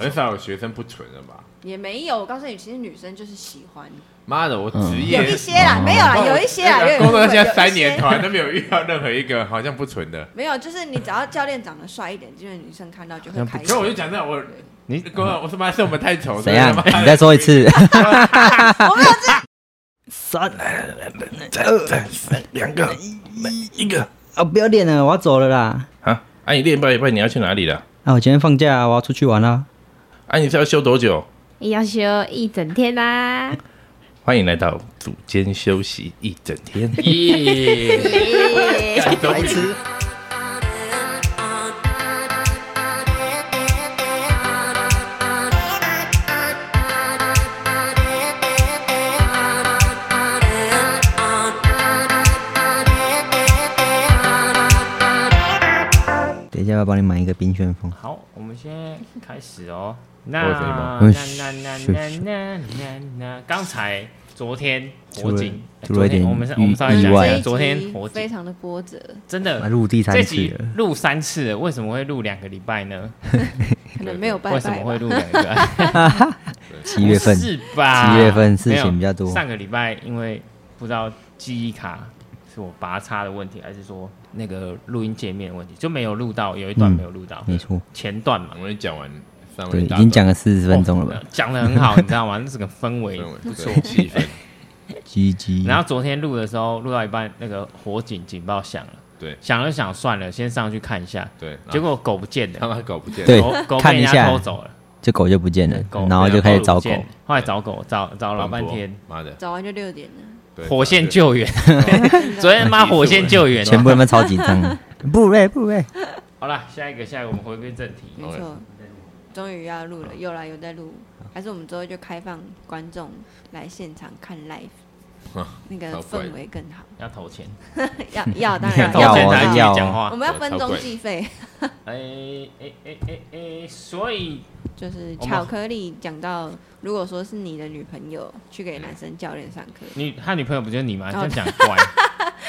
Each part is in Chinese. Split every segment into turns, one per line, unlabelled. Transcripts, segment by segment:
很少有学生不纯的吧？
也没有。我告诉你，其实女生就是喜欢，
妈的，我职
有
业
一些啦，
嗯
没有啦，
哦
有一些啦，啊
那
有
个
一
工作
部分
现
有
在
一
三
些
年，从来都没有遇到任何一个好像不纯的。
没有，就是你只要教练长得帅一点，基本女生看到就会
好像不
开
所以我
心。
就讲真的，我
你
工作，我他妈是我们太丑，
怎
啊
样？
所以他妈
你再说一。次。
我没有这
三、二、三，两个，一个啊！不要练了，我要走了啦。
啊，啊，你练半一半你要去哪里了？
啊，我今天放假、我要出去玩啦、
啊，你是要休多久？
要休一整天啦、
欢迎来到组间休息一整天。
咦，
哎
白痴，等一下，我帮你买一个冰旋风。
好，我们先开始哦。
我
那
有声音吗
那那那那那那那，刚才昨天火警，哎
出了
昨
一点
天我们上
意
我
哎
们稍微
意
讲
外
一
这
下，
一
昨天
集
火
非
警
常的波折，
真的
录第三
这
次
集
了，
录三次了，为什么会录两个礼拜呢？
可能没有办
为
法
什
哎
吧
么。会录两个礼拜？
七月份
不是吧？
七月份事
没有
情比较多
上个礼拜因为不知道记忆卡是我拔插的问题，还是说那个录音界面的问题，就没有录到有一段
嗯
没有录到，
没错，
前段嘛
我。们讲完上
对，
位
已
大
经讲了四十分钟了吧？
讲的很好，你知道吗？那是个氛围
众，氛围
不
不
错
错，。气氛
鸡鸡，
然后昨天录的时候，录到一半，那个火警警报响了，
对
响了想算了，先上去看一下，
对。
结果狗不见
他
了，
妈狗不见了，
啊对
狗狗
看
被
一
人家
下
偷，走了，
这狗就不见了
对狗，
然后就开始找狗
不，见了后来找狗找找老半天，，
妈的，
早完就六点了，
对
火线救援，昨天妈火线救援，啊
全部他妈超紧张的。不嘞不嘞，
好了，下一个下一个我们回归正题，
嗯
没错，终于要录了，又来又在录，还是我们之后就开放观众来现场看 live，那个
超怪
氛围更好。
要投钱，
要要当 然
投
要
钱
啊
才继续
要啊
讲话
我，们要分
超
钟
贵
计费，
哎哎哎哎哎，所以
就是
我们
巧克力讲到，如果说是你的女朋友去给男生教练上课，
你他女朋友不就是你吗？这
哦
样讲 怪，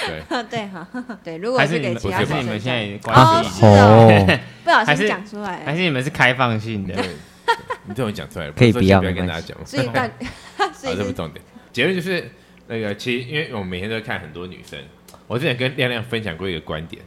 对，
对哈，对，如果
还是你
给
们
其
不
他
还
女
是你
生
们现
教
在
哦
关系？
是哦，
啊哦，
不小
还是
心讲出
还
啊
来，
是你们是开放 性的？
你这种讲出来了
可以
不
不要
不要
没
跟大家讲，
关
所 以大， 所
好，
以
啊
这不
是
是重点。结论就是呃那个，其实因为我们每天都在看很多女生，我之前跟亮亮分享过一个观点，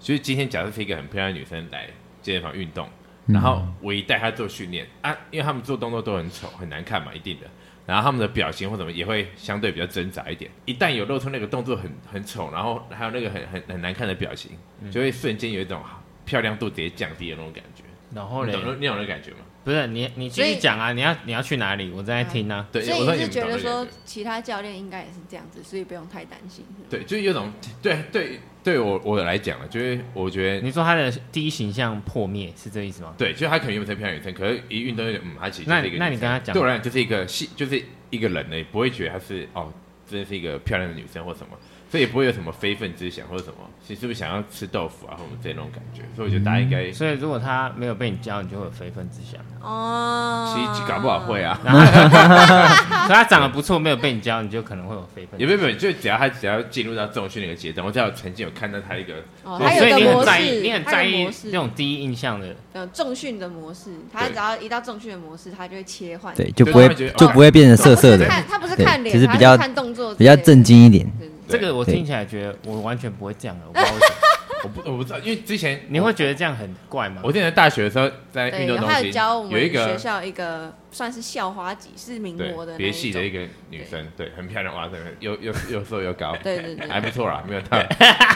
就是今天假设是一个很漂亮的女生来健身房运动，然后
嗯
我一带她做训练啊，因为她们做动作都很丑很难看嘛，一定的。然后她们的表情或什么也会相对比较挣扎一点，一旦有露出那个动作很很丑，然后还有那个很很很难看的表情，
嗯
就会瞬间有一种漂亮度直接降低的那种感觉。
然后
你
嘞
懂，那你懂那感觉吗？
不是你，你继
所
续
以
讲啊！你要你要去哪里？我在听啊。
对，
所以
我说
你
你
是
们懂
觉得
那感
说
觉
其他教练应该也是这样子，所以不用太担心。是吗
对，就是有种对对对我我来讲啊，就是我觉得
你说他的第一形象破灭是这意思吗？
对，就是他可能原本是漂亮女生，可是一运动就觉得嗯，她其实就是
那
一个女
那你
生
跟他讲
对我来讲就是一个戏，就是一个人呢，不会觉得她是哦，真的是一个漂亮的女生或什么，所以也不会有什么非分之想或者什么，你是不是想要吃豆腐啊或什么这种感觉？所以我觉得大家应该、
嗯所以如果他没有被你教，你就会有非分之 想。嗯
哦，
其实搞不好会啊，
所以他长得不错，没有被你教，你就可能会有非分之
也没有没有，就只要他只要进入到这种训练的阶段，我只要曾经有看到他一个
哦，
对
还
所以
有一
你
个
很
模
在意，
式，
你很
它
在
有
意
模式
那种第一印象的。
呃重训的模式，他
对
只要一到重训的模式，他就会切换。
对，就不会
就他觉得
就不会变成
他不
色
是
色的，
看他不是
对
看脸，
其实
他
比较
看动作之
比
类的，
较震惊一点。
对。对
这个我
对
听起来觉得我完全不会这样的，我不知道为什么。
我不我不知道，因为之前
你会觉得这样很怪吗？
我之前在大学的时候在运
对，
动
然
中
后还有
心
教我
有
们
一个
学校一个算是校花级，是名
对
模的，
别系的一
个，
个女生，对，很漂亮哇，真的又又又瘦又高，
对对对
还不错啦，没有到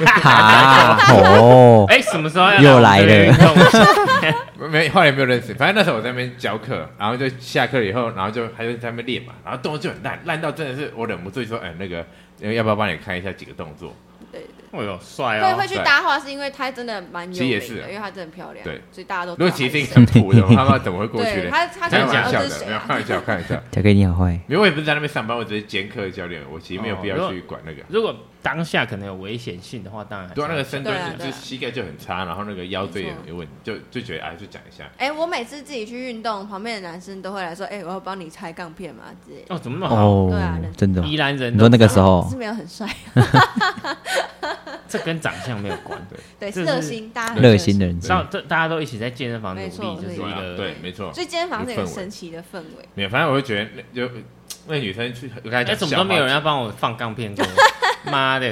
啊哦，
哎，什么时候要
又来了
我们这里运 动？
没后来没有认识，反正那时候我在那边教课，然后就下课以后，然后就他就在那边练嘛，然后动作就很烂，烂到真的是我忍不住说，哎，那个呃要不要帮你看一下几个动作？
哎呦，帅
对，
哦
会！去搭话是因为她真的蛮有
其实也
名
是啊
的，因为她真的漂亮，
对，
所以大家都
如果
知道
其实是
她
一个
是
很土的，我他妈怎么会过去
对，
呢？
他他
开
想
玩
讲
笑
这是
的，
谁
没有
啊？
开玩笑，开玩笑，
小 K 你好坏，
因为我也不是在那边上班，我只是兼课教练，我其实没有必
哦如
要
果
去管那个。
如果当下可能有危险性的话，当然还是
对啊，那个
要讲
深
对啊
蹲
对
就
啊
是膝盖就很差，然后那个腰椎也
没错
很有问题，就就觉得哎，就讲一下。
哎、我每次自己去运动，旁边的男生都会来说：“哎、我要帮你拆杠片嘛之类的。
哦，怎么那么好？
哦
对啊，
真的吗，
宜兰人
你
都
说那个时候
是没有很帅，
这跟长相没有关， 对，
对，
这
是
是
热心，大家很
热心的人
到这大家都一起在健身房努
没错
力，就是一
对啊
个哎
对，没错
所。以今天房是一个
有氛围
神奇的氛围。
没有，反正我就觉得那就那女生去，我跟她
哎，
讲
怎么
笑
都
话
没有人啊要帮我放钢片给我？ 妈的！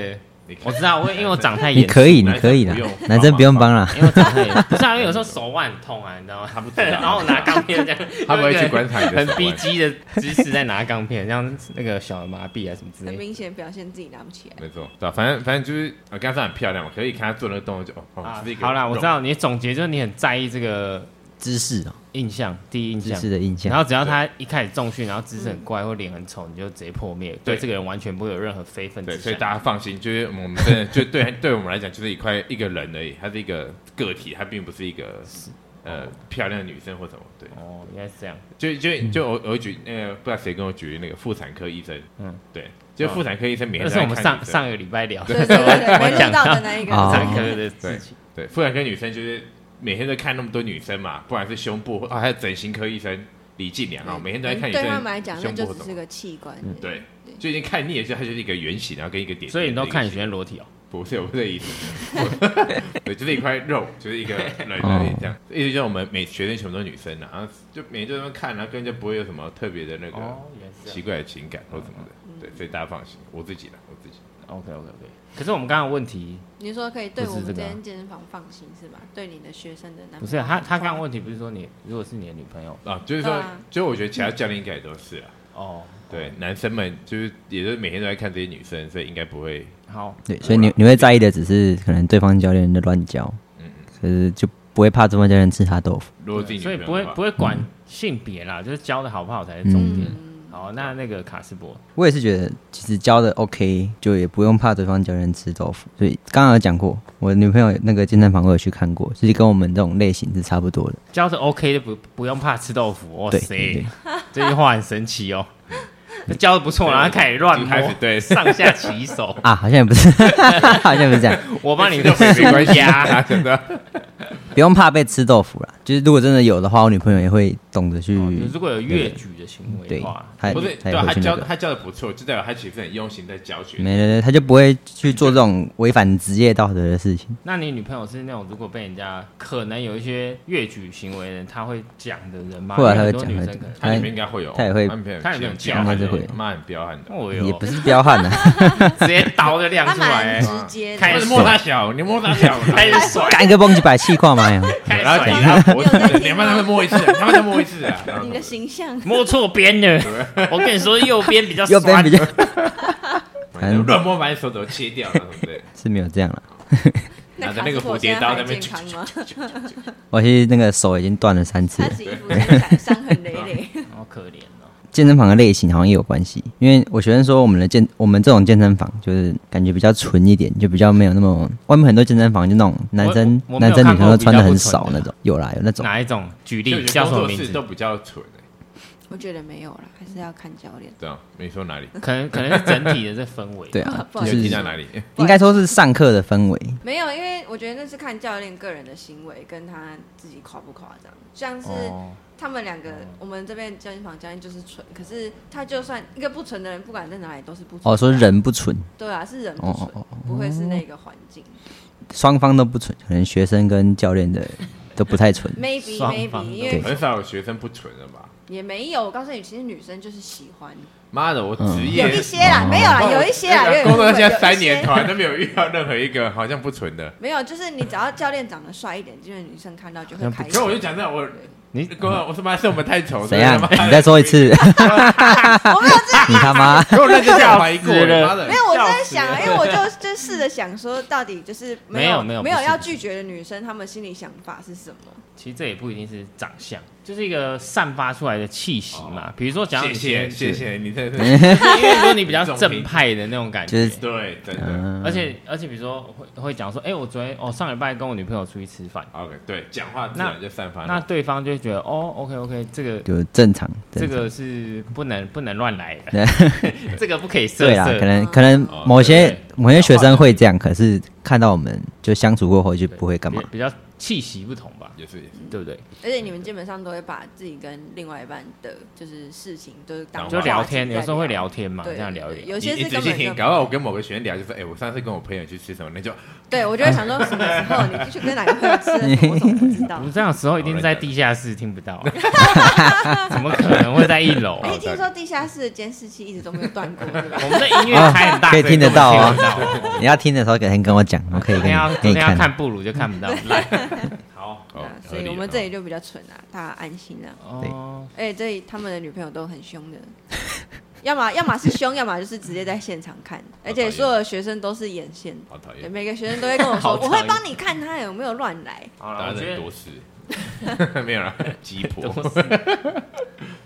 你看
我知道，我因为 我长太
你
严，
可以，你
男生
可以的
不用，
男生不用帮了。
因为我长太严， 不是啊，因为有时候手腕很痛啊，你知道吗？
他不知道，
然后我拿钢片这样，
他不会去观察你的
很
手腕
逼机的姿势在拿钢片，像那个小儿麻痹啊什么之
很
类 的。
明显表现自己拿不起来，
没错，对啊，反正反正就是，我刚才很漂亮嘛，可以看她做那个动作就哦，哦
啊
是一，个
好啦，我
肉
知道你总结就是你很在意这个
知识啊，
印象，第一印
知
象
嗯
识。的印
然
象，
后只要他一开始重训，然后姿势很怪或脸很丑，你就直接破灭，对
对
这个人完全不会有任何非分
对，
之
所以
想。
大家放心，就是我们真的就对对我们来讲，就是一块一个人而已，他是一个个体，他并不是一个呃漂亮的女生或什么。对，
哦，原来是这样。
就就就我我举那个不知道谁跟我举那个妇产科医生，
嗯
嗯，对，就妇产科医生每天都
那是
在
我们
看
上
女生
上个礼拜聊的
对对对对，没
我讲
录到的那一个
哦
三科的事情。
对妇产科女生就是每天都看那么多女生嘛，不管是胸部啊，还有整形科医生李静良啊，每天都在看女
对他们来
生
讲，
胸
那
部或
就
什
只是
么，嗯
个器官。
对，就已经看腻了，就它就是一个圆形，然后跟一个点，
所以你都看
一个
你学生裸体哦？
不是，我不是这意思。 我对，就是一块肉，就是一个人
哦
而已，这样。意思就是我们每学生全部都是女生啊，然后就每天都在那边看，然后根本就不会有什么特别的那个
哦，原来是这
奇
样。
怪的情感或什么的。
嗯
对，所以大家放心，我自己的，我自己。
OK OK OK。可是我们刚刚的问题
你说可以对
不
我
是
们
这
这
个啊
间健身房放心是吗？对你的学生的男
不是他他刚刚问题不是说你如果是你的女朋友
啊，就是说
对啊，嗯
就是我觉得其他教练应该也都是啊。
哦，
对，男生们就是也就是每天都在看这些女生，所以应该不会。
好，
对，所以你你会在意的只是可能对方教练的乱教，可是就不会怕对方教练吃他豆腐。
如果自己
所以
女
不
朋
会
友的
不
话，嗯
会管性别啦，就是教的好不好才是重点。好，那那个卡斯伯
我也是觉得，其实教的 OK，就也不用怕对方教练吃豆腐。所以刚刚有讲过，我女朋友那个健身房我有去看过，其实跟我们这种类型是差不多的。
教的 OK 的不不用怕吃豆腐，哇
对
塞
对，
这句话很神奇哦。这教的不错，然后开始乱
就开
摸
始， 对
上下其手，
啊，好像也不是， 好像不是这样，
我帮你
就没关系
压
啊，真 的。
不用怕被吃豆腐啦。就是如果真的有的话，我女朋友也会懂得去，
哦就是如果有越矩的行为
嗯对
的话，，
她也
不是，
她
对
也
啊，
会
他
去那
教
个。
他教的不错，就代表他其实很用心在教学生。
没了，她就不会去做这种违反职业道德的事情。
那你女朋友是那种如果被人家可能有一些越矩行为的人，她会讲的人吗？
会啊
因为很
她
多
会
女
讲
生可能。
他里面应该会有，
他也会
他
他里面有
彪悍
他
的
也会，
妈很彪悍的。
哦
也
哟
不，是彪 悍啊，
直接刀就亮
他
出来欸
蛮，直接
开
开
始
始
摸
摸
他
他小，你 摸他 小，
开始甩，
干个蹦几百气矿嘛 呀！
开
然后
始
你
甩，
他脖子，你慢慢摸一次，他慢慢摸一次啊。
的， 你的形 象。
摸错 边了。我跟你说，右边比较
右边
酸
比。较
乱摸把你手指头切掉了，对不对？
是没有这样了。
拿着
卡
那个
斯伯
蝴蝶
现在
刀
还
在那边
健康吗？
我其实那个手已经断了三 次
他
了。
只衣服现在伤痕累 累。
好可怜哦。
健身房的类型好像也有关系，因为我学生说我们的健我们这种健身房就是感觉比较纯一点，就比较没有那么外面很多健身房就那种男生
我我我没
男
有
生女生都穿的很
看
少
过比较不纯的
那种，有啦有那种
哪一种？举
就
例
是
叫什
工作
么名
室都
字？
比较蠢欸，
我觉得没有了，还是要看教练。
对啊，没说哪里，
可能可能是整体的这氛围。
对，啊，
不
就
好意
有
思
是
听到哪 里？
应该说是上课的氛围，
没有，因为我觉得那是看教练个人的行为跟他自己夸不夸张。像是
哦，
他们两个，我们这边健身房教练就是纯，可是他就算一个不纯的人，不管在哪里都是不纯的。
哦，说人不纯，
对啊，是人不纯
哦哦，
不会是那个环境。。
双方都不纯，可能学生跟教练的都不太 纯
Maybe
双方
maybe，
都
因为
很少有学生不蠢的吧？
也没有。我告诉你，其实女生就是喜欢，
妈的，我
嗯
职
有一
业
些
哦
啦，没有啦，有一些
哎
啦，有一
工作到现在
有
三
一些
年，团都没有遇到任何一个好像不蠢的。
没有，就是你只要教练长得帅一点，基本女生看到就会
那不
开
可我
心。
就讲真的，我
你
工作，我他妈是我们太丑，
怎
啊
样？啊你再说一 次，
我哦没有这样。
你他妈！
给我认真讲 怀疑过，妈的
没，有，我就在想，因为我 就就试着想说，到底就是有
没
没
有没有不是
要拒绝的女生，她们心里想法是什么？
其实这也不一定是长相，就是一个散发出来的气息嘛。比如说，假如
哦谢
你
谢
今
谢
天
谢你，真的
是，
是
因 为说你比较正派的那种感
就
觉
是。
对，真的。
嗯
而且而且，比如说会会讲说，哎，我昨天哦上礼拜跟我女朋友出去吃饭，
OK，对，讲话自然就散
嗯
发
那
那
对方就会觉得哦，OK OK，这个
就正常，
这
正常
个是不能不能乱来的
对，啊
这个不可以色
对啦，
色哦
可。能可能某些某些学生会这样，可是看到我们就相处过后就不会干嘛
比。比较气息不同吧，
也是也是
对不对？
而且你们基本上都会把自己跟另外一半的，就是事情都是当
好
就聊
话
天，
题在
有时候会聊天嘛，
对，
这样聊啊一
对
聊。
有些
你
是
你仔
根
细
本
听，
就
搞不好我跟某个学员聊，就说，哎、我上次跟我朋友去吃什么，那就
对我就会想说什么时候你去跟哪个朋友吃 的时候，我怎么不知道
我？们这样的时候一定在地下室听不到啊，怎么可能会在一楼 啊
哎，？听说地下室的监视器一直都没有 断过，对吧
我们的音乐开很大，
啊可以听得到啊
根本听不到
你要听的时候，改天跟我讲，我可以
昨
给
天要
你给
昨
你
天要
看。
看布鲁就看不到，来，好，
哦
啊，
合
所
理
以
了
我们这里就比较蠢啊，大家安心啊。
哦，
而且这里他们的女朋友都很凶的， 要么要么是凶，要么就是直接在现场看，而且所有的学生都是眼线。
好讨
对
厌，
每个学生都会跟我说
好，讨
我
厌
会帮你看他有没有乱来。
好
大
了，我
家
觉
人
得
多 事，没有啦，鸡婆，
都是。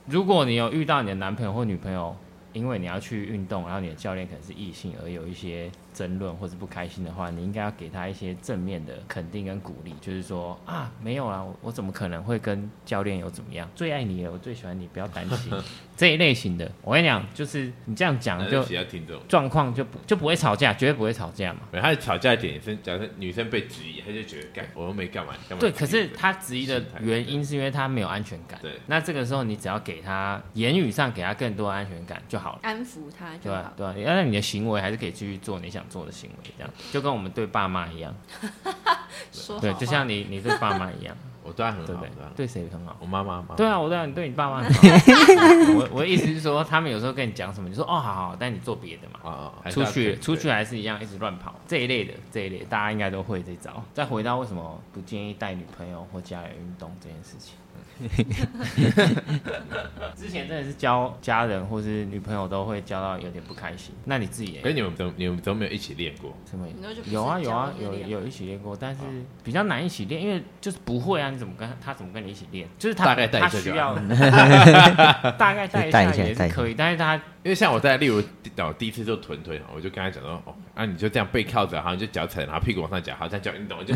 如果你有遇到你的男朋友或女朋友，因为你要去运动，然后你的教练可能是异性，而有一些争论或是不开心的话，你应该要给他一些正面的肯定跟鼓励，就是说啊，没有啦，我我怎么可能会跟教练有怎么样？最爱你了，我最喜欢你，不要担心 这一类型的。我跟你讲，就是你这样讲
男
就
生比较听这种。
状况就不就不会吵架，绝对不会吵架嘛。
没有他的吵架点也是，假设女生被质疑，他就觉得干，我又没干嘛，你干嘛质
对，
疑我？
可是他质疑的原因是因为他没有安全感。
对
那这个时候你只要给他言语上给他更多的安全感就好了。
安抚他就
对啊
好，。
对啊，但是你的行为还是可以继续做你想做的行为，这样就跟我们对爸妈一样，
说好
对，
话
就像你你对爸妈 一样，
我对他很
对不
好，
对
对啊？
对谁很好？
我妈妈妈，
对啊，我对啊，你对你爸妈 很好。 我我的意思是说，他们有时候跟你讲什么，你说哦好好，但你做别的嘛。
啊啊，还是
出
要
去
对
出去还是一样一直乱跑这一类的这一类，大家应该都会这招。再回到为什么不建议带女朋友或家人运动这件事情。 之前真的是教家人或是女朋友都会教到有点不开心，那你自己也
可是你们都你们都没有一起练过，
什么意思
你说就不是
有啊有啊
教
有
练
有一起练过，
哦
但是比较难一起练，因为就是不会啊，你怎么跟他他怎么跟你一起练？就是他
大概带一
他
下
需
就
要 大概带一
带一
下
下
也
带一下
是可以，但是他
因为像我在例如我第一次做臀推嘛，我就跟他讲说，哦，啊你就这样背靠着，然后你就脚踩，然后屁股往上夹，好这样脚运动，我 就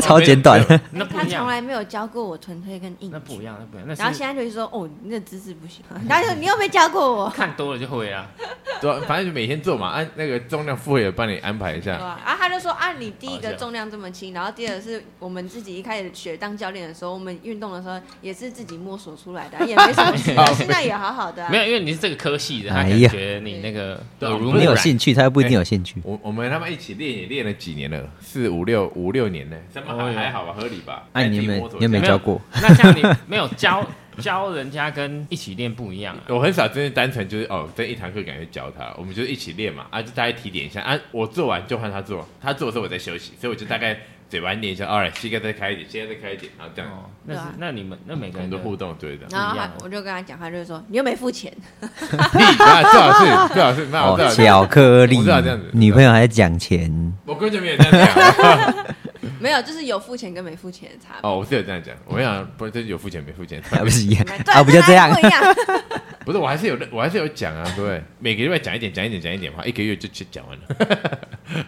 超简短，
那不
哎他
一
从
样，
来没有教过我臀推跟硬
那不一
举，
样，那不一样，那
然后
是
现在就是说哦，你那姿势不行， 然 后就你又没教过我，
看多了就会啊。
对啊，反正就每天做嘛，按那个重量负荷也帮你安排一
哦
对
下，
吧？然后他就说啊，你第一
好
个
像
重量这么轻，然后第二个是我们自己一开始学当教练的时候，我们运动的时候也是自己摸索出来 的，也没什么事啊，现在也好好的啊
没。有，因为你是这个科系的，他
哎
可
呀
能觉得你那个
啊
对
耳濡
不
目
你有
染。
兴趣，他又不一定有兴趣。
我我们他们一起练也练了几年了，四五六五六年呢，这么
哦
还
哟
还好吧，合理吧？
哎，你
还自己
有没
摸索
你有没
一下
没有
教过？
那像你没有 教教人家跟一起练不一样啊。
我很少真的单纯就是哦，这一堂课感觉教他，我们就是一起练嘛，啊，就大概提点一下啊，我做完就换他做，他做的时候我在休息，所以我就大概嘴巴念一下，哦，膝盖再开一点，膝盖再开一点，然后这样，
哦，那是
对啊
那你们那每
我
个
们
人
的
的
互动对的。
然后
嗯
不
他
一样啊
我就跟他讲，他就说你又没付钱，
屁啊，最好是最好是，那我最
哦
好，是，
巧克力
我知道这样子，
女朋友还在讲钱，
我根本就没有这样讲。
没有，就是有付钱跟没付钱的差别。
哦，我是有这样讲，我想不是就是有付钱没付钱，
还不是一样
对
啊？不就这样
本？来不一 样，
不是我还是有我还是有讲啊，对不对？每个礼拜讲一点讲一点讲一点嘛，一个月就就讲完了。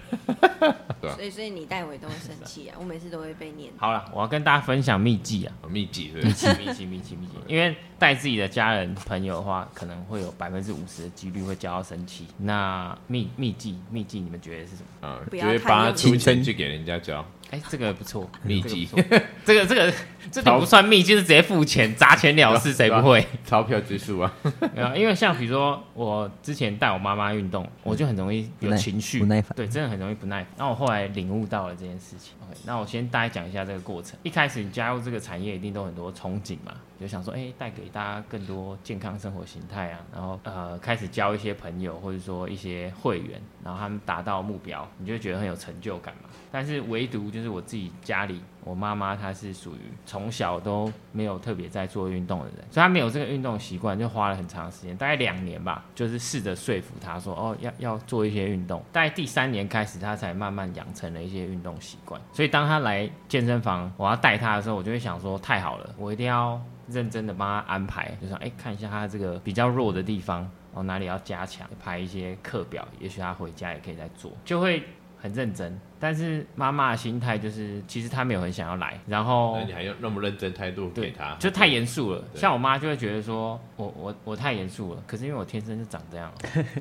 所以所以你带我也都会生气啊，我每次都会被念。
好了，我要跟大家分享秘籍啊，
秘籍是不
秘
是
籍秘籍秘籍秘籍，因为带自己的家人朋友的话，可能会有百分之五十的几率会教到生气。那秘秘籍秘籍，你们觉得是什么？
啊，
不
就
要
会
太
帮他
用
出
力
钱去给人家教
哎、这个不错，
秘籍，
这个不错这个这个这个不算秘籍，是直接付钱砸钱了
啊
事，谁不会？
钞票之术啊，
没有，因为像比如说我之前带我妈妈运动，我就很容易有情
嗯
绪，
不耐烦
对，真的很容易不耐烦。那我后来领悟到了这件事情。OK，那我先大概讲一下这个过程。一开始你加入这个产业，一定都很多憧憬嘛，就想说，哎、带给大家更多健康生活形态啊，然后呃，开始交一些朋友或者说一些会员，然后他们达到目标，你就会觉得很有成就感嘛。但是唯独就是我自己家里，我妈妈她是属于从小都没有特别在做运动的人，所以她没有这个运动习惯，就花了很长的时间，大概两年吧，就是试着说服她说，哦，要要做一些运动。大概第三年开始，她才慢慢养成了一些运动习惯。所以当她来健身房，我要带她的时候，我就会想说，太好了，我一定要认真的帮她安排，就说，哎，看一下她这个比较弱的地方。哦，哪里要加强？排一些课表，也许她回家也可以再做，就会很认真，但是妈妈的心态就是，其实她没有很想要来，然后
那你还用那么认真态度给
哦对
他，
就太严肃了。
对
像我妈就会觉得说，我我我太严肃了，可是因为我天生就长这样，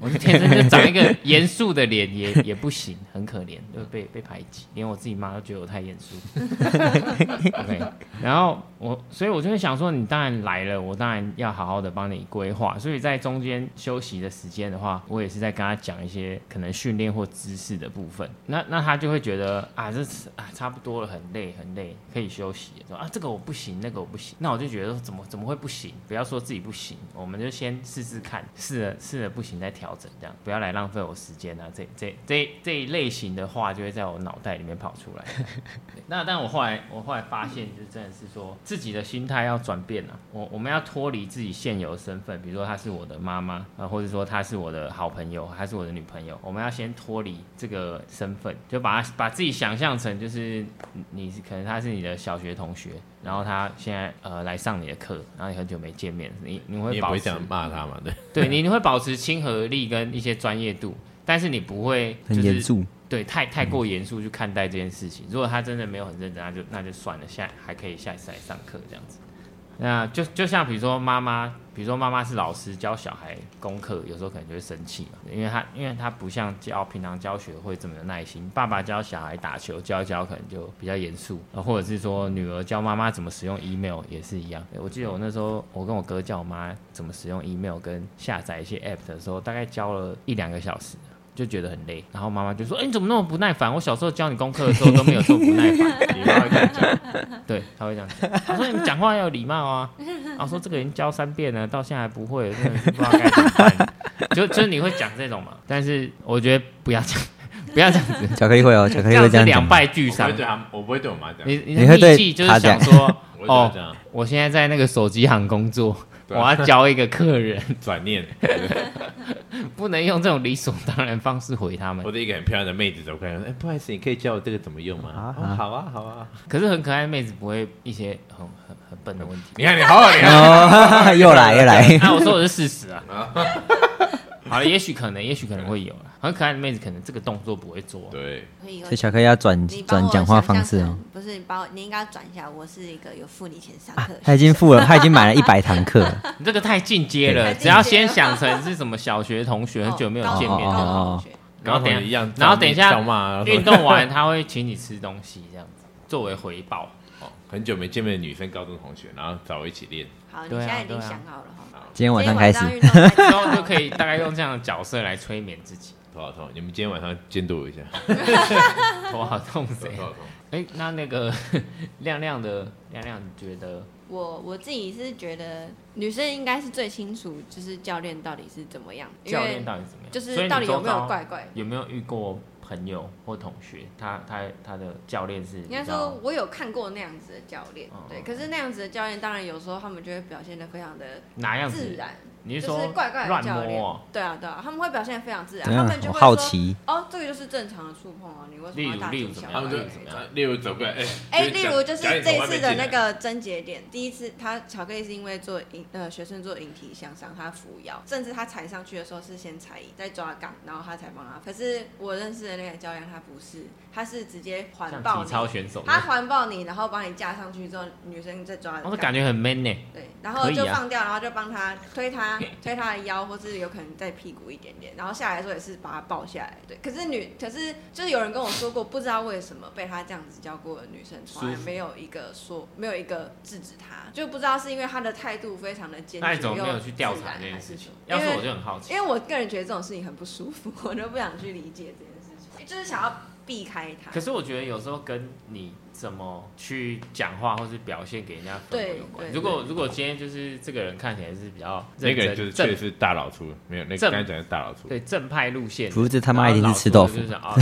我就天生就长一个严肃的脸，也也不行，很可怜，就被被排挤，连我自己妈都觉得我太严肃。OK，然后我，所以我就会想说，你当然来了，我当然要好好的帮你规划。所以在中间休息的时间的话，我也是在跟他讲一些可能训练或知识的部分。那那他就会觉得啊，这是啊差不多了，很累很累，可以休息。说啊，这个我不行，那个我不行。那我就觉得说怎么怎么会不行？不要说自己不行，我们就先试试看，试了试了不行再调整，这样不要来浪费我时间啊。这这这这一类型的话，就会在我脑袋里面跑出来。那但我后来我后来发现，就是真的是说自己的心态要转变了、啊我我们要脱离自己现有的身份，比如说她是我的妈妈，啊，或者说她是我的好朋友，她是我的女朋友。我们要先脱离这个身份，就把她把自己想象成就是你你是可能她是你的小学同学，然后她现在呃来上你的课，然后你很久没见面，你你
你
会
也不
保
会
持
想骂他嘛，对，
对你你会保持亲和力跟一些专业度，但是你不会
很
就是
严肃，
对，太太过严肃去看待这件事情。如果他真的没有很认真，那就那就算了，下还可以下一次来上课这样子。那就就像比如说妈妈，比如说妈妈是老师教小孩功课，有时候可能就会生气嘛，因为他因为他不像教平常教学会这么有耐心。爸爸教小孩打球教一教可能就比较严肃，呃或者是说女儿教妈妈怎么使用 email 也是一样。对我记得我那时候我跟我哥教我妈怎么使用 email 跟下载一些 app 的时候，大概教了一两个小时。就觉得很累，然后妈妈就说：“哎、你怎么那么不耐烦？我小时候教你功课的时候都没有这么不耐烦。”
你 妈会看
对，他会这样讲。他说你们讲话要有礼貌啊。然后说这个人教三遍了，到现在还不会，真的是 不知道该怎么办。就就是你会讲这种嘛？但是我觉得不要讲， 不要这样子，
巧克力会哦，巧克
这
力会
样
这
子
样
两
讲。
败俱
我不
伤
会。对他，我不会对我妈讲，
你你
你会
的
对
利器就
他
是想
讲
说，
我 会对她
哦
这，样
我现在在那个手机行工作，我
对啊
要教一个客人，
转念。
不能用这种理所当然方式回他们
我。的一个很漂亮的妹子走过来，哎，不好意思，你可以教我这个怎么用吗？哦，好啊，好啊。
可是很可爱的妹子不会一些很很很笨的 问题。
你看你好好聊，
哦， 又来又来，
啊，我说的是事实啊。好了，也许可能，也许可能会有啦。很可爱的妹子可能这个动作不会做， 啊
对，
所以以后
所以巧克力要转
你帮
转
我
讲话
想象
方式哦
成。不是你把我，你应该转一下，我是一个有付你钱上
啊
课的学生、哦
他已经付了，他已经买了一百堂 课了。
你这个太进阶了。
太进
只
阶了
要先想成是什么小学同学，很久没有
哦
见面
高
哦
中
的，
高中同
然后
学
然后
等
等下
一样，
然后等一下
叫骂，
运动完他会请你吃东西，这样子作为回 报。
很久没见面的女生，高中同学，然后找我一起练。
好，你
对啊
现在已经
对啊
想好了哈。
今天晚上开始，
今天晚上运动
之
完
后就可以大概用这样的角色来催眠自己。
头好痛，你们今天晚上监督我一下。
头好痛
头
谁？
好痛，
哎，那那个亮亮的亮亮，你觉得
我我自己是觉得女生应该是最清楚，就是教练到底是怎么样，因
教练
为
到底怎么样？
就
所以
是
你
到底有没
周遭
有怪怪。
有没有遇过朋友或同学，他他他的教练是
应该
比较
说，我有看过那样子的教练
哦，
对。可是那样子的教练，当然有时候他们就会表现的非常的
哪样
自
子？
然，
你
就是
说
是怪怪的
乱
教练
摸哦？。
对啊，对啊，他们会表现的非常自然，
怎
他
样
们？就
嗯我
会
好
说，
奇，
哦，这个就是正常的触碰啊，你为什么要大
例如
惊小
他
他
们
们
就
就
怪？
例如走过来，哎
哎、例如就是这一次的那，个症结点，第一次他巧克力是因为做引呃学生做引体向上，他扶摇，甚至他踩上去的时候是先踩再抓杠，然后他才帮他。可是我认识的那个教练他不是，他是直接环
像
抱
体操
你，
选手，
他环抱你，然后把你架上去之后，女生再抓
我
着
的哦感
杠。
觉很 man 呢。
对，然后
可以
就
啊
放掉，然后就帮他推 他推他的腰，或是有可能再屁股一点点，然后下来的时候也是把他抱下来。对，可是女，可是就是有人跟我说过，不知道为什么被他这样子教过的女生，从来
舒服
没有一个说没有一个制止他，就不知道是因为他的态度非常的坚
那你
决，
怎么没有
又
去调
自
查
然
这件
还是
事
什
情
么？
要是
因为
我就很好奇。
因为我个人觉得这种事情很不舒服， 我就不想去理解这件事情，就是想要避开他。
可是我觉得有时候跟你怎么去讲话或是表现给人家氛围有关。
对对
如果如果今天就是这个人看起来是比较
那
认
个
真
人就是
正
确实是大老粗，没有那个
正
刚才讲的是大老粗，
对正派路线，
不是这他妈
然后
一定是
老
吃
师
豆腐
就是想哦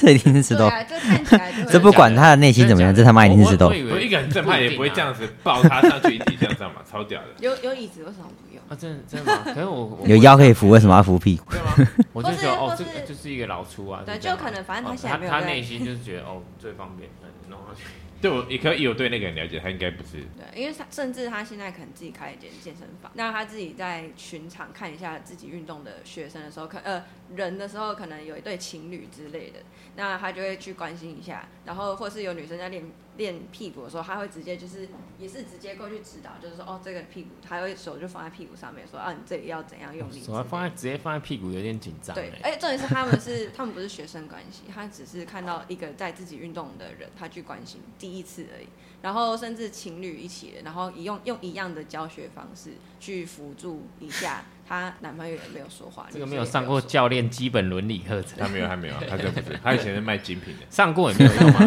这一定是吃
对
豆
哦
腐，
啊，这看起来就会
这不管他的内心怎么样，这他妈一定是吃豆
我
腐。
我以
不
为
是一个很正派，
不一
也
定
不会
啊
这样子抱他上去一起向上嘛， 超屌的。
有有椅子为什么不用？
啊，真的真的吗？可是我我
有腰可以扶，为什么要扶屁股？
对吗？我就觉得
或
哦，
是
这个就是一个老粗啊，
对，
这样
就
啊
可能反正
哦
他现在没有
他
在
内心就是觉得哦最方便，嗯弄上去
对我也可以，我对那个很了解，他应该不
嗯
是。
对，因为他甚至他现在可能自己开一间健身房，那他自己在巡场看一下自己运动的学生的时候，可呃人的时候，可能有一对情侣之类的，那他就会去关心一下，然后或是有女生在练练屁股的时候，他会直接就是也是直接过去指导，就是说哦这个屁股，他会手就放在屁股上面说啊你这里要怎样用力之类
哦手
的。
放在直接放在屁股有点紧张
对，而
哎，
且重点是他们是 他们不是学生关系，他只是看到一个在自己运动的人，他去关心第一次而已。然后甚至情侣一起的，然后一用用一样的教学方式去辅助一下她男朋友也没有说话，
这
女
个
生
没
也
有
有
上过
说
教练基本伦理课程，
他没有，他没有，啊他真的不是。他以前是卖精品的，
上过也没有用啊。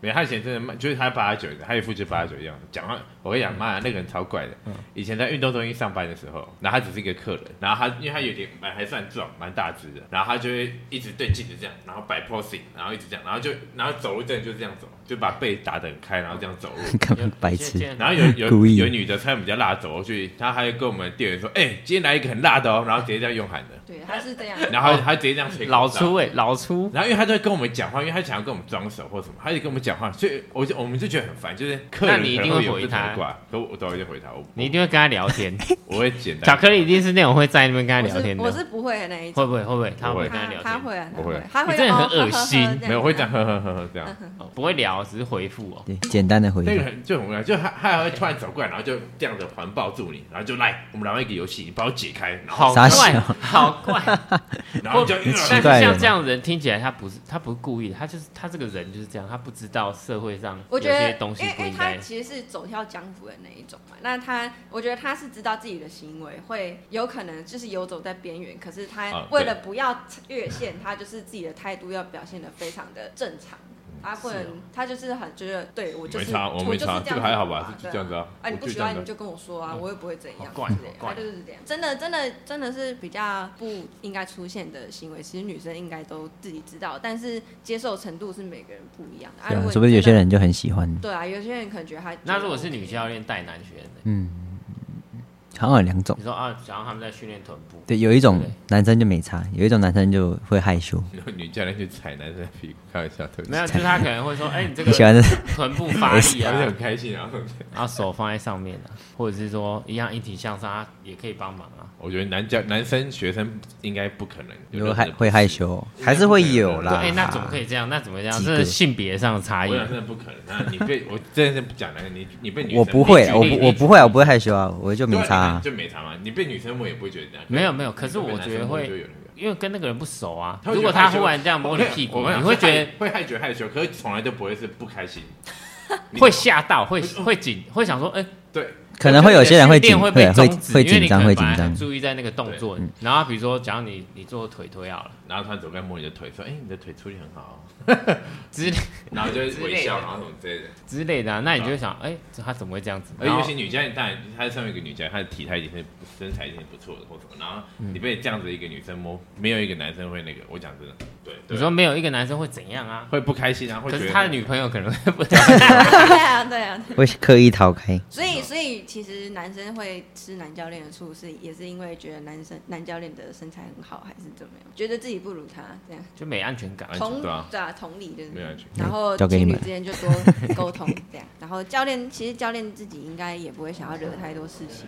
没有，他以前真的卖，就是他八九的，他一副就八九一样。讲话，我跟你讲，妈，那个人超怪的。
嗯
以前在运动中心上班的时候，然后他只是一个客人，然后他因为他有点蛮还算壮，蛮大只的，然后他就会一直对镜子这样，然后摆 posing，然后一直这样，然后就然后走路真的就这样走，就把背打得很开，然后这样走路。
干嘛白痴？
然后有有
故意
有女的穿比较辣走过去，她还跟我们店员说：“哎、今天来一个很辣的哦。”然后直接这样用喊的，
对，他是 这样。
然后她她直接这样吹口
哦老
哨
粗哎，老粗，
然后因为他都会跟我们讲话，因为他想要跟我们装熟或什么，他就跟我们讲话，所以我就我们就觉得很烦，就是客人
那你一定
可能
会
有
回
不同的
他
卦，可我我都会回他，我
你一定会跟他聊天。
我会简单
巧克力一定是那种会在那边跟他
我
聊
是
天的，
我是不会的那一种，
会不会会不会他会
我
跟他
他
聊
他
天？
会啊，他
我会
会，他会
你真的很
哦呵呵
恶
呵
心
这样
没有我会这样呵呵呵呵这样，
哦不会聊，只是回复哦。
对，简单的回
那个
应。
很就很无聊，就他他还会突然走过来，然后就这样子环抱住你，然后就来我们来玩一个游戏，你把我解开，然后
好
傻
怪，
笑
好怪！
然后就
但
奇
是
怪
像
了
这样的人听起来，他不是他不是故意的，他就是他这个人就是这样，他不知道社会上
我
有
觉得
些，东西
因为
不
因为
应
他
该。
其实是走跳江湖的那一种嘛。那他，我觉得他是知道自己的行为会有可能就是游走在边缘，可是他
啊对
为了不要越线，他就是自己的态度要表现的非常的正常。他不能，他就是很觉得，对我
啊
就
没
是，
差，我
就
没
是这
差，
样
这
子
个还好吧，
对
就
啊
这样子啊，
啊，
我
你不
就
喜
这样
欢
子
你
啊。
就跟我说啊，我也不会怎样
好怪
之类的，
好怪
他就是这样，真的真的真的是比较不应该出现的行为，其实女生应该都自己知道，但是接受程度是每个人不一样的。啊
对
如
啊
果，你
说不定有
真的
些人就很喜欢。
对啊，有些人可能觉得他觉得 OK。
那如果是女教练带男学员呢，
嗯，好像有两种
你。说啊，想要他们在训练臀部，
对，有一种
对
男生就没差，有一种男生就会害羞。
女教练去踩男生的屁股，开玩笑，对不起
没有，就是他可能会说，哎，你这个
你喜欢的
臀部发
而
力
且
啊
很，开心啊。
然后手放在上面啊，或者是说一样引体向上，他也可以帮忙啊。
我觉得男教男生学生应该不可能有
有
任何
害
的
会害羞，还是会有
对，
啦。
哎，那怎么可以这样？那怎么这样？
几
这
个
是性别上的差异
我。想真的不可能啊！你被我真的是不讲男人，你你被女生
我不会，
你
我
你
不我不会，我不会害羞啊，我就没
对
差、
你
啊。
就没差嘛。你被女生摸也不会觉得这样，
没有没有，可
可
是我觉得会
就有那个。
因为跟那个人不熟啊。
他会
如
觉得
果
害
他
羞
忽然这样摸你屁
我
股，
跟
你
讲
会觉得
是害会害觉得害羞，可是从来都不会是不开 心，你
会吓到，会会紧，会想说，哎、
对，
可能会有些人会紧，
练会被
会
终
会
止，
会
因为
紧
你可
张，
能
会
本
紧
来很
张。嗯
注意在那个动作，然后比如说，假如你你做腿推好了，
然后他走过来摸你的腿，说：“哎，你的腿处理很好哦。
之类”
然后就
之类的
微笑，然后什么之类的。
之类的、啊，那你就会想，哎、他怎么会这样子？
而
然
尤
后
其女教练，当然她身为一个女教练，她的体态已经是身材已经是不错的，或什么。然后
嗯
你被这样子一个女生摸，没有一个男生会那个。我讲真的，对，对
你说没有一个男生会怎样啊？
会不开心啊？会
可
觉得
是他的女朋友可能会 不
对啊，对啊，
会刻意逃开，
所以所以其实男生会吃男教练的醋，是也是因为觉得男生男教练的身材很好，还是怎么样，觉得自己不如他这样。
就没安全感
安。全
同
对啊
对啊，同理就是
没有安全
然后
交给
情
你们
侣之间就多沟通这样，然后教练其实教练自己应该也不会想要惹太多事情，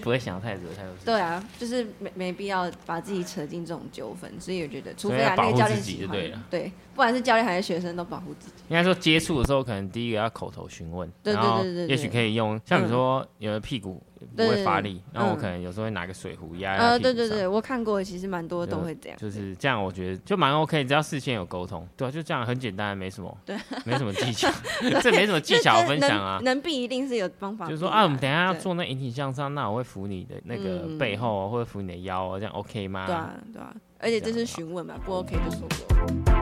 不会想太多，太多事。
对啊，就是没没必要把自己扯进这种纠纷，所以我觉得，除
所以
非啊
要保
那个
护
教
自
练
己
喜
就
欢
对了，
对，不管是教练还是学生都保护自己，
应该说接触的时候，可能第一个要口头询问，
对
然
对
后
对嗯对对
也许可以用，像比如说有的屁股不会发力，
对
那我可能有时候会拿个水壶压在他
呃，
屁股
嗯对
上。
对对，我看过，其实蛮多都
就
会这样，
就是这样，我觉得就蛮 OK，只要事先有沟通，对啊，就这样很简单，没什么，对，没什么 技巧，这没什么技巧分享啊
就。是能能避一定是有方法避，
就是说啊，我们等一下要
对
做那引体向上，那我会扶你的那个
嗯
背后啊，或者扶你的腰啊，这样 OK 吗？
对啊对啊，而且这
这
是
样好
询问嘛，不 OK 就说不 OK。